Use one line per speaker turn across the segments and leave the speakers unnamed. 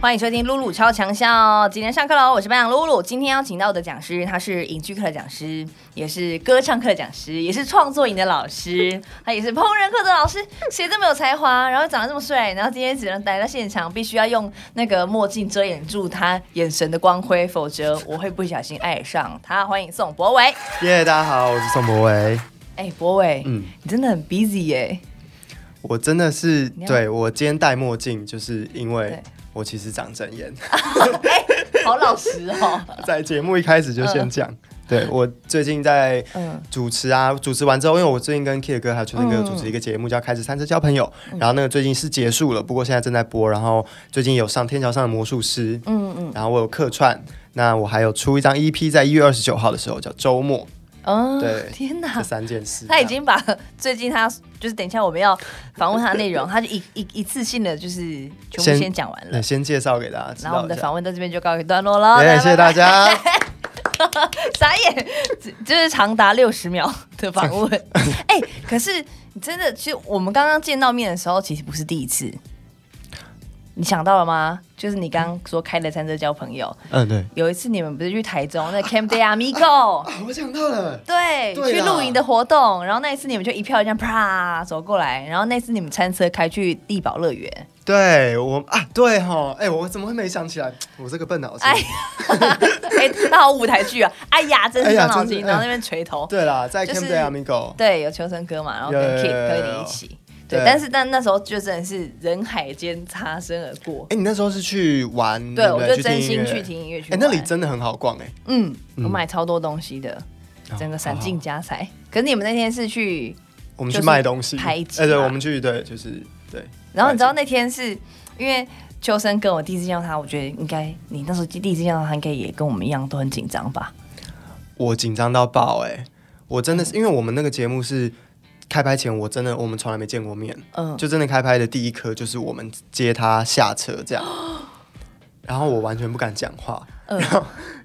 欢迎收听露露超强笑，今天上课喽！我是班长露露，今天邀请到的讲师，他是影剧课的讲师，也是歌唱课的讲师，也是创作营的老师，他也是烹饪课的老师，谁这么有才华，然后长得这么帅，然后今天只能来到现场，必须要用那个墨镜遮掩住他眼神的光辉，否则我会不小心爱上他。欢迎宋博伟，
耶大家好，我是宋博维。
哎，博伟，
嗯
你 真的很 busy 耶、
我真的是
你要
对我今天戴墨镜，就是因为
对
我其实长真眼，
好老实哦。
在节目一开始就先讲。对我最近在
嗯，
主持啊，主持完之后，因为我最近跟 Kid 哥还有秋生哥
嗯
主持一个节目，叫《开始三车交朋友》，然后那个最近是结束了，不过现在正在播。然后最近有上《天桥上的魔术师》，嗯嗯，然后我有客串，那我还有出一张 EP，在一月二十九号的时候叫周末，
哦
对
天哪
这，三件事。
他已经把最近他就是等一下我们要访问他的内 容，他就一一一次性的就是全部
先
先讲完
对
了，
先介绍给大家知
然后我们
道一
的
下。
访问到这边就告一段落 了。
耶，谢谢大
家，
家。
傻眼，这这是长达六十 秒的访问。哎、可是你真的，其实我们刚刚见到面的时候，其实不是第一次。你想到了吗？就是你刚刚说开了餐车交朋友，
嗯，对。
有一次你们不是去台中那 Camp Day Amigo，
啊，我想到了，
对，
对
去
啦
露营的活动，然后那一次你们就一票这样啪走过来，然后那次你们餐车开去地堡乐 园，
对我啊，对哈，哎、我怎么会没想起来？我这个笨脑筋。
哎哎、那好舞台剧啊，哎呀，真是伤脑
哎呀真
筋，
是
然后那边捶头，
对啦，在
就
Camp
是
Day 啊 Amigo，
对，有秋生哥嘛，然后跟
有有
Kid
有有
跟你一起，对，
对
但是但那时候就真的是人海间擦身而过
哎、，你那时候是去玩，
对
不
我就
去
真
听音
心
乐
去。听音乐去
哎、
玩，
那里真的很好逛哎、
嗯，
嗯哦
我买超多东西的，整个散尽家财。可是你们那天是去
我们
就
去
是
卖东西，
排
哎、
挤
对，
嘛
我们去，对，就是对。
然后你知道
排
那天是因为秋生跟我第一次见到他，我觉得应该你那时候第一次见到他，应该也跟我们一样都很紧张吧？
挤我紧张到爆哎、我真的
嗯
是因为我们那个节目是开拍前，我真的我们从来没见过面，
嗯，
就真的开拍的第一刻就是我们接他下 车这样，然后我完全不敢讲话，
嗯
然后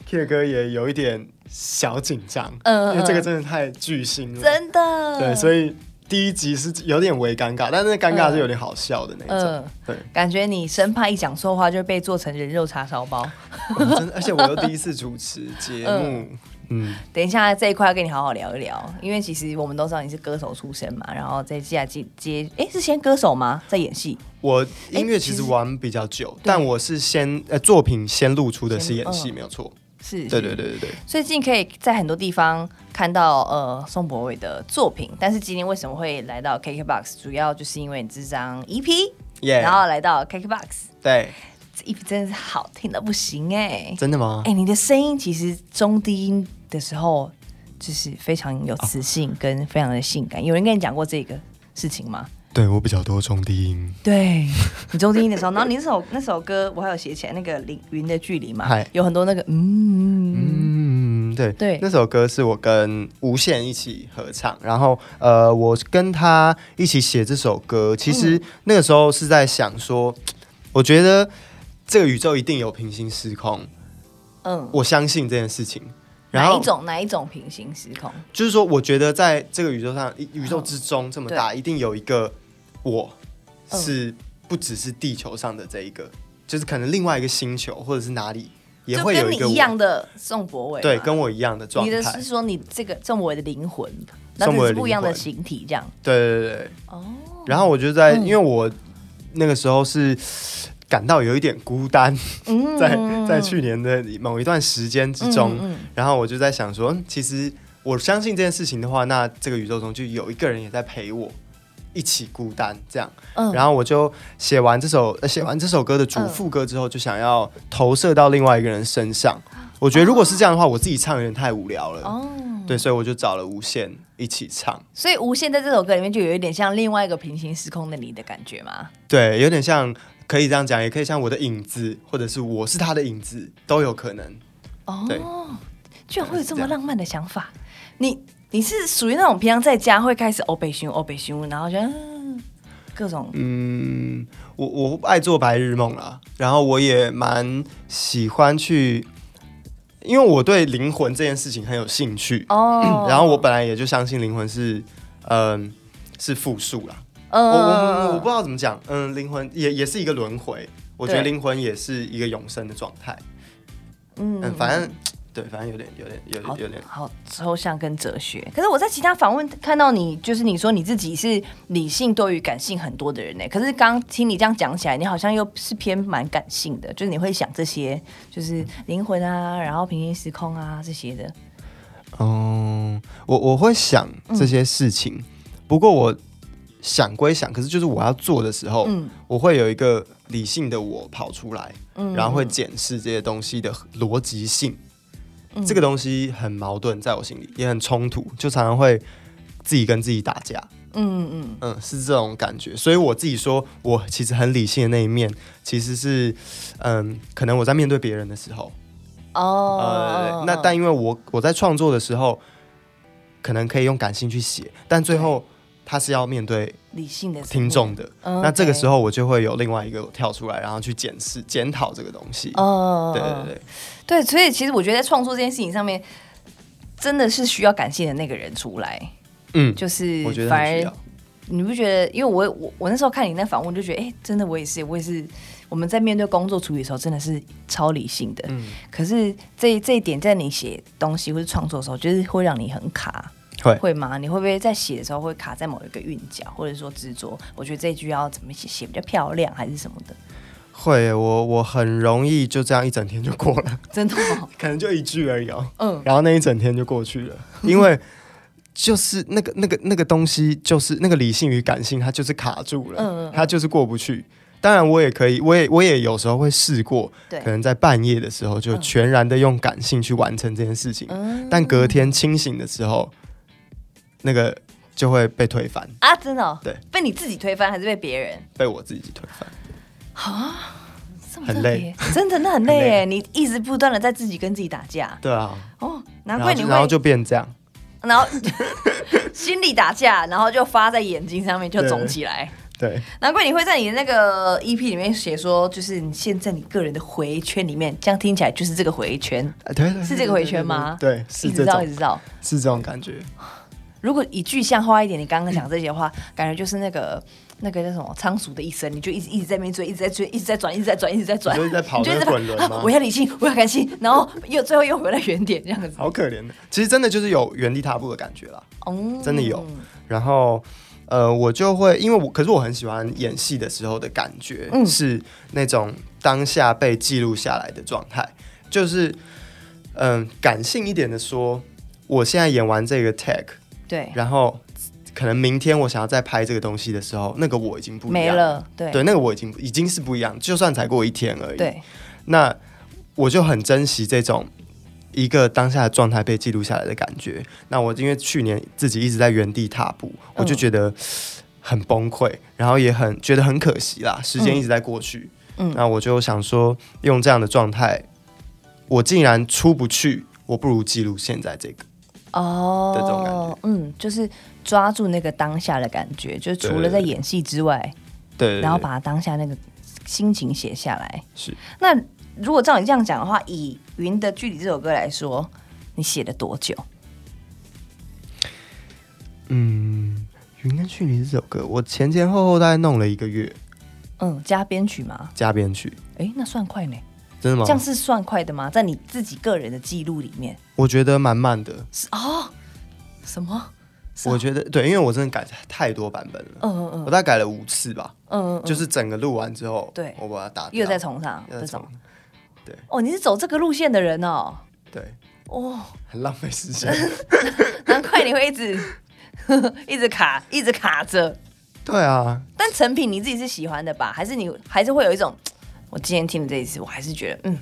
K 哥也有一点小紧张，
嗯嗯
因为这个真的太巨星了，
真的，
对，
以
所以第一集是有点微尴尬，但是那尴尬是有点好笑的那一种，
嗯，
对，
感觉你生怕一讲错话就被做成人肉叉烧包。
我真的，而且我又第一次主持节目，嗯，
等一下这一块要跟你好好聊一聊，因为其实我们都知道你是歌手出身嘛，然后再接下来接接，哎，是先歌手吗？在演戏？
我音乐
哎其
其
实
实玩比较久，但我是先呃作品先露出的是
先
演戏，
嗯
没有错，
是，是
对对对对对。
最近可以在很多地方看到呃宋博伟的作品，但是今天为什么会来到 KKBOX，主要就是因为你这张 EP，、
耶、
然后来到 KKBOX，
对，
这 EP 真的是好听的不行哎、
真的吗？
哎、你的声音其实中低音的时候就是非常有磁性跟非常的性感，有人跟你讲过这个事情吗？
对我比较多中低音，
对你中低音的时候，然后你那首那首歌我还有写起来，那个凌云的距离嘛
嗨，
有很多那个嗯嗯
嗯，对
对
那首歌是我跟无限一起合唱，然后呃，我跟他一起写这首歌。其实
嗯
那个时候是在想说，我觉得这个宇宙一定有平行时空，
嗯，
我相信这件事情。然
哪
后
一种哪一种平行时空？
就是说，我觉得在这个宇宙上，宇宙之中这么
对
大，一定有一个我
嗯
是不只是地球上的这一个，就是可能另外一个星球或者是哪里也
就
会有
跟
一
你
个我
一样的宋博伟嘛，
对，跟我一样的状
你的
态
是。说你这个宋博伟的灵魂，那
宋
只
博伟
是
的
不一样的
灵魂
形体这样。
对对对对。
哦，
然后我就在，
嗯
因为我那个时候是感到有一点孤单，
嗯
在在去年的某一段时间之中，
嗯
然后我就在想说，嗯其实我相信这件事情的话，那这个宇宙中就有一个人也在陪我。一起孤单这样，
嗯
然后我就写完这首呃写完这首歌的主副歌之后，就想要投射到另外一个人身上。我觉得如果是这样的话，我自己唱有点太无聊了，
啊哦，
对，所以我就找了无限一起唱。
所以《无限》在这首歌里面就有一点像另外一个平行时空的你的感觉嘛。
对，有点像，可以这样讲，也可以像我的影子，或者是我是他的影子，都有可能。
哦
对，
居然会有这么浪漫的想法，你你是属于那种平常在家会开始欧北巡欧北巡，然后觉得、嗯各种
嗯，我我爱做白日梦啦，然后我也蛮喜欢去，因为我对灵魂这件事情很有兴趣，，
哦
然后我本来也就相信灵魂是，嗯、是复数啦。
嗯
我我我不知道怎么讲，嗯，灵魂也也是一个轮回，我觉得
对
灵魂也是一个永生的状态。嗯，
嗯
反正对，反正有点有点有
好
点有点，
好抽象跟哲学。可是我在其他访问看到你，就是你说你自己是理性多于感性很多的人欸呢。可是刚听你这样讲起来，你好像又是偏蛮感性的，就是你会想这些，就是灵魂啊，然后平行时空啊这些的。
嗯，我我会想
嗯
这些事情，不过我想归想，可是就是我要做的时候，
嗯
我会有一个理性的我跑出来，
嗯
然后会检视这些东西的逻辑性。
嗯
这个东西很矛盾，在我心里也很冲突，就常常会自己跟自己打架。
嗯嗯
嗯，是这种感觉。所以我自己说，我其实很理性的那一面，其实是，嗯，可能我在面对别人的时候，
哦
呃，，那但因为我我在创作的时候，可能可以用感性去写，但最后他是要面对
理性的
听众的。
嗯
那这个
OK
时候我就会有另外一个跳出来，然后去检视、检讨这个东西。
哦，
对对对，
对，所以其实我觉得在创作这件事情上面，真的是需要感性的那个人出来，
嗯，
就是
我觉得
反
很需
而
要。
你不觉得？因为我我我那时候看你那访问，就觉得哎、诶真的我也是，我也是。我们在面对工作处理的时候，真的是超理性的。
嗯，
可是这这一点，在你写东西或是创作的时候，就是会让你很卡，
会
会吗？你会不会在写的时候会卡在某一个韵脚，或者说执着？我觉得这一句要怎么写写比较漂亮，还是什么的？
会，我我很容易就这样一整天就过了，
真的、 哦，
可能就一句而已哦。
嗯，
然后那一整天就过去了，因为就是那个那个那个东西，就是那个理性与感性，它就是卡住了，
嗯嗯嗯
它就是过不去。当然，我也可以，我也我也有时候会试过，
对
可能在半夜的时候就全然的用感性去完成这件事情，
嗯
但隔天清醒的时候，那个就会被推翻，
啊，真的、哦，
对，
被你自己推翻还是被别人？
被我自己推翻。
这么
很
特
累
别，真的那很累
很累
耶！你一直不断的在自己跟自己打架
对啊，
哦，难
然
怪
后
你
就
会
然后就变这样。
然后 心里打架，然后就发在眼睛上面，就肿起来。
对，
难怪你会在你的那个 EP 里面写说，就是你现在你个人的回圈里面，这样听起来就是这个回圈，
啊对对对
是这个回圈吗
对，对
一
是
直
这
绕一
种
直绕。
是这种感觉。
如果以具象化一点，你刚刚讲这些话，感觉就是那个那个叫什么仓鼠的一生，你就一直一直在那边追，一直在追，一直在转，一直在转，一直在转，
你就一直在跑
你就一直
那个滚轮
跑
吗
啊我要理性，我要感性，然后又最后又回到原点这样子。
好可怜的，其实真的就是有原地踏步的感觉啦。
哦
真的有然后，呃，我就会因为我，可是我很喜欢演戏的时候的感觉，
嗯
是那种当下被记录下来的状态。就是，嗯、感性一点的说，我现在演完这个 take，
对，
然后可能明天我想要再拍这个东西的时候，那个我已经不一
没
样。
了，对
对，那个我已经已经是不一样，就算才过一天而已。
对
那我就很珍惜这种一个当下的状态被记录下来的感觉。那我因为去年自己一直在原地踏步，
嗯
我就觉得很崩溃，然后也很觉得很可惜啦，时间一直在过去。
嗯
那我就想说，用这样的状态，我竟然出不去，我不如记录现在这个。
哦
的这种感觉
嗯，就是抓住那个当下的感觉，就是除了在演戏之外，
对对对
然后把它当下那个心情写下来。
是
那如果照你这样讲的话，以《云的距离》这首歌来说，你写了多久？
嗯，《云跟去离》这首歌，我前前后后大概弄了一个月
嗯，加编曲吗？
加编曲，
诶，那算快呢？
真的吗
这？样是算快的吗？在你自己个人的记录里面
我觉得蛮慢的，
是哦，什么？是
我
哦
觉得对，因为我真的改太多版本了，
嗯嗯
我
嗯
大概改了五次吧，
嗯嗯，
就是整个录完之后，
对
我把它打掉
又在重上
又
这
在重
种。哦，你是走这个路线的人哦。
对，
哦，
很浪费时间。
难怪你会一直 一直卡，一直卡着。
对啊，
但成品你自己是喜欢的吧？还是你还是会有一种，我今天听了这一次，我还是觉得，嗯，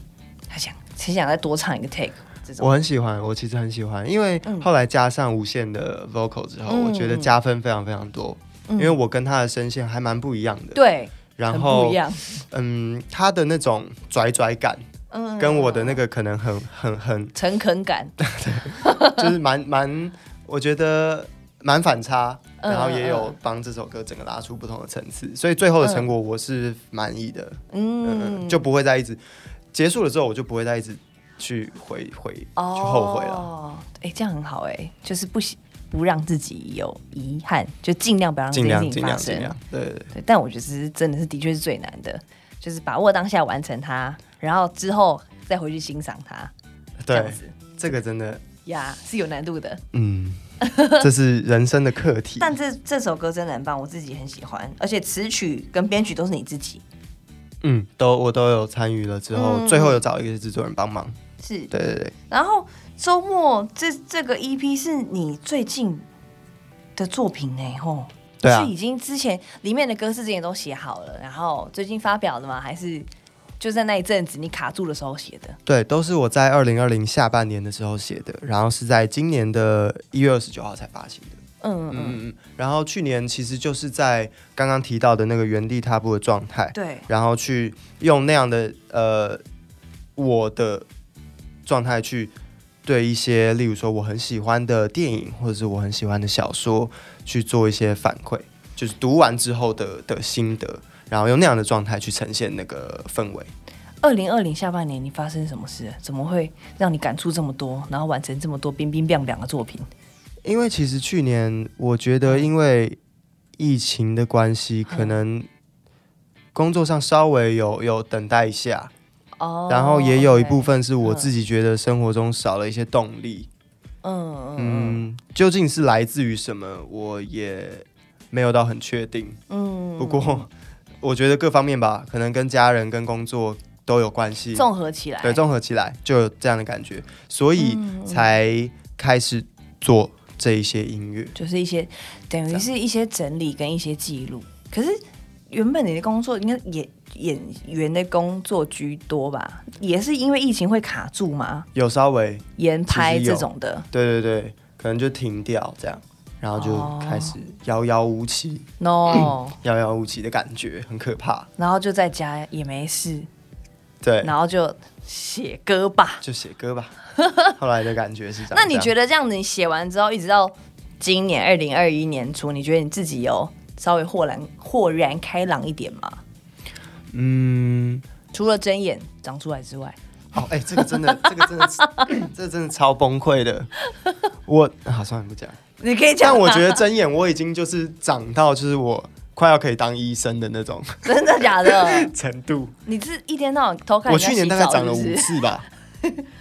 还想还想再多唱一个 take 这种。
我很喜欢，我其实很喜欢，因为后来加上无限的 vocal 之后，
嗯
我觉得加分非常非常多，因为我跟他的声线还蛮不一样的。
对，
然
很不
后
一，样。
嗯，他的那种拽拽感，
嗯，
跟我的那个可能很很很，
诚恳感，
就是蛮蛮，我觉得蛮反差，
嗯
然后也
嗯
有帮这首歌整个拉出不同的层次，所以最后的成果我是满意的，嗯，
嗯，
就不会再一直结束了之后，我就不会再一直去回回去后悔了，
哦，哎、这样很好哎、就是不喜不让自己有遗憾，就尽量不要让这
尽
件
量
事情
尽
发
量
生
尽。量，对对对，
对，但我觉得这是真的是的确是最难的，就是把握当下完成它，然后之后再回去欣赏它，这样
对
子
这个真的，
呀是有难度的。
嗯， 这是人生的课题，
但这这首歌真的很棒，我自己很喜欢，而且词曲跟编曲都是你自己。
嗯，都我都有参与了之后，
嗯
最后有找一个制作人帮忙，
是，
对对对，
然后周末这这个 EP 是你最近的作品呢、吼，
对啊
是已经之前里面的歌是之前都写好了，然后最近发表的吗？还是就在那一阵子你卡住的时候写的？
对，都是我在二零二零下半年的时候写的，然后是在今年的一月二十九号才发行的。
嗯嗯嗯，
嗯嗯。然后去年其实就是在刚刚提到的那个原地踏步的状态，
对，
然后去用那样的呃我的状态去对一些，例如说我很喜欢的电影或者是我很喜欢的小说去做一些反馈，就是读完之后的的心得，然后用那样的状态去呈现那个氛围。
二零二零下半年你发生什么事？怎么会让你感触这么多，然后完成这么多冰冰亮亮的作品？
因为其实去年我觉得
嗯
因为疫情的关系，可能工作上稍微有有等待一下，
哦
然后也有一部
OK
分是我
嗯
自己觉得生活中少了一些动力。
嗯嗯嗯
嗯，究竟是来自于什么，我也没有到很确定。
嗯，
不过我觉得各方面吧，可能跟家人、跟工作都有关系。
综合起来，嗯
对，综合起来就有这样的感觉，所以才开始做这一些音乐。
就是一些等于是一些整理跟一些记录。可是原本你的工作应该演演员的工作居多吧？也是因为疫情会卡住吗？
有稍微
延拍
其实
这
有
种的，
对对对，可能就停掉这样，然后
哦
就开始遥遥无期，
no，
遥遥无期的感觉很可怕。
然后就在家也没事，
对，
然后就写歌吧。
就写歌吧。 后来的感觉是这样。
那你觉
得？
得这样子，你写完之后，一直到今年二零二一年初，你觉得你自己有稍微豁然豁然开朗一点吗？
嗯，
除了睁眼长出来之外，
哦，哎、这个真的， 这个真的是，这个真的超崩溃的。我啊，算了，不讲。
你可以讲啊，
但我觉得睁眼，我已经就是长到就是我快要可以当医生的那种
真的假的？
程度。
你是一天到晚偷看
我
人家洗
去
澡
年大概长了
是不
五
是
次啊吧。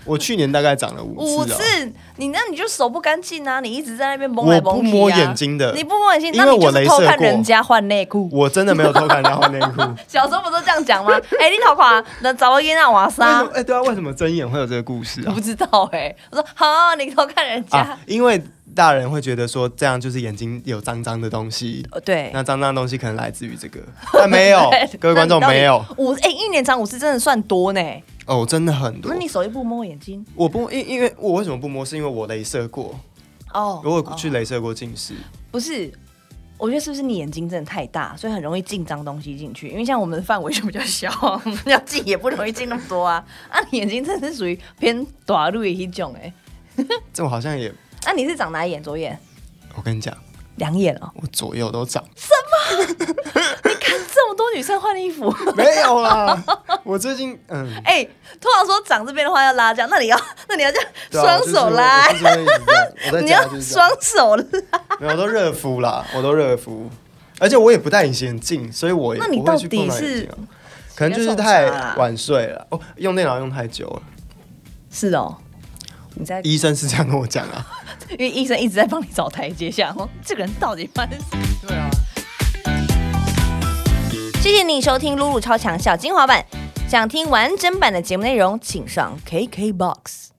我去年大概长了五
五
次、哦。
次，你那你就手不干净啊！你一直在那边蒙来
我
蒙
不
去、啊、
摸眼，睛的，
你不摸眼睛，
因
那
为
你就
我
是
镭
偷
射
看
过
人家换内裤。
我真的没有偷看人家换内裤。
小时候不都这样讲吗？ 哎、你头垮，那找个烟让娃
为什
杀
么？哎、，对啊，为什么睁眼会有这个故事
我
啊？
不知道哎、我说好、你偷看人家，
啊，因为大人会觉得说这样就是眼睛有脏脏的东西，
呃对。
那脏脏的东西可能来自于这个，但没有
对，
各位观众
那你到底
没有
五哎、一年长五次真的算多呢。
哦，真的很多
那。你手又不摸眼睛
我不因因为我为什么不摸，是因为我镭射过，
哦？
我有
哦
去镭射过近视，
不是，我觉得是不是你眼睛真的太大，所以很容易进脏东西进去？因为像我们的范围就比较小，我们要进也不容易进那么多啊。 啊，你眼睛真的是属于偏短路的一种哎、欸。
这我好像也，
那、你是长哪一眼？左眼？
我跟你讲，
两眼哦。
我左右 都长，
看这么多女生换衣服，
没有啦。我最近嗯，
哎、通常说长这边的话要拉这样，那你要 那你要这样
对啊
双手拉，，
我就是我就是会一直这样我在
你
家
要
就是这
双
样，
手拉。
没有，我都热敷啦，我都热敷，而且我也不戴隐形眼镜，所以我也
那你
不会去
到底
碰到眼
是
睛啊可能就是太晚睡了，哦，用电脑用太久了，
是哦。你在，
医生是这样跟我讲啊。
因为医生一直在帮你找台阶下，哦这个人到底发生什么
对啊。
谢谢你收听《露露超强小精华版》，想听完整版的节目内容，请上 KKBOX。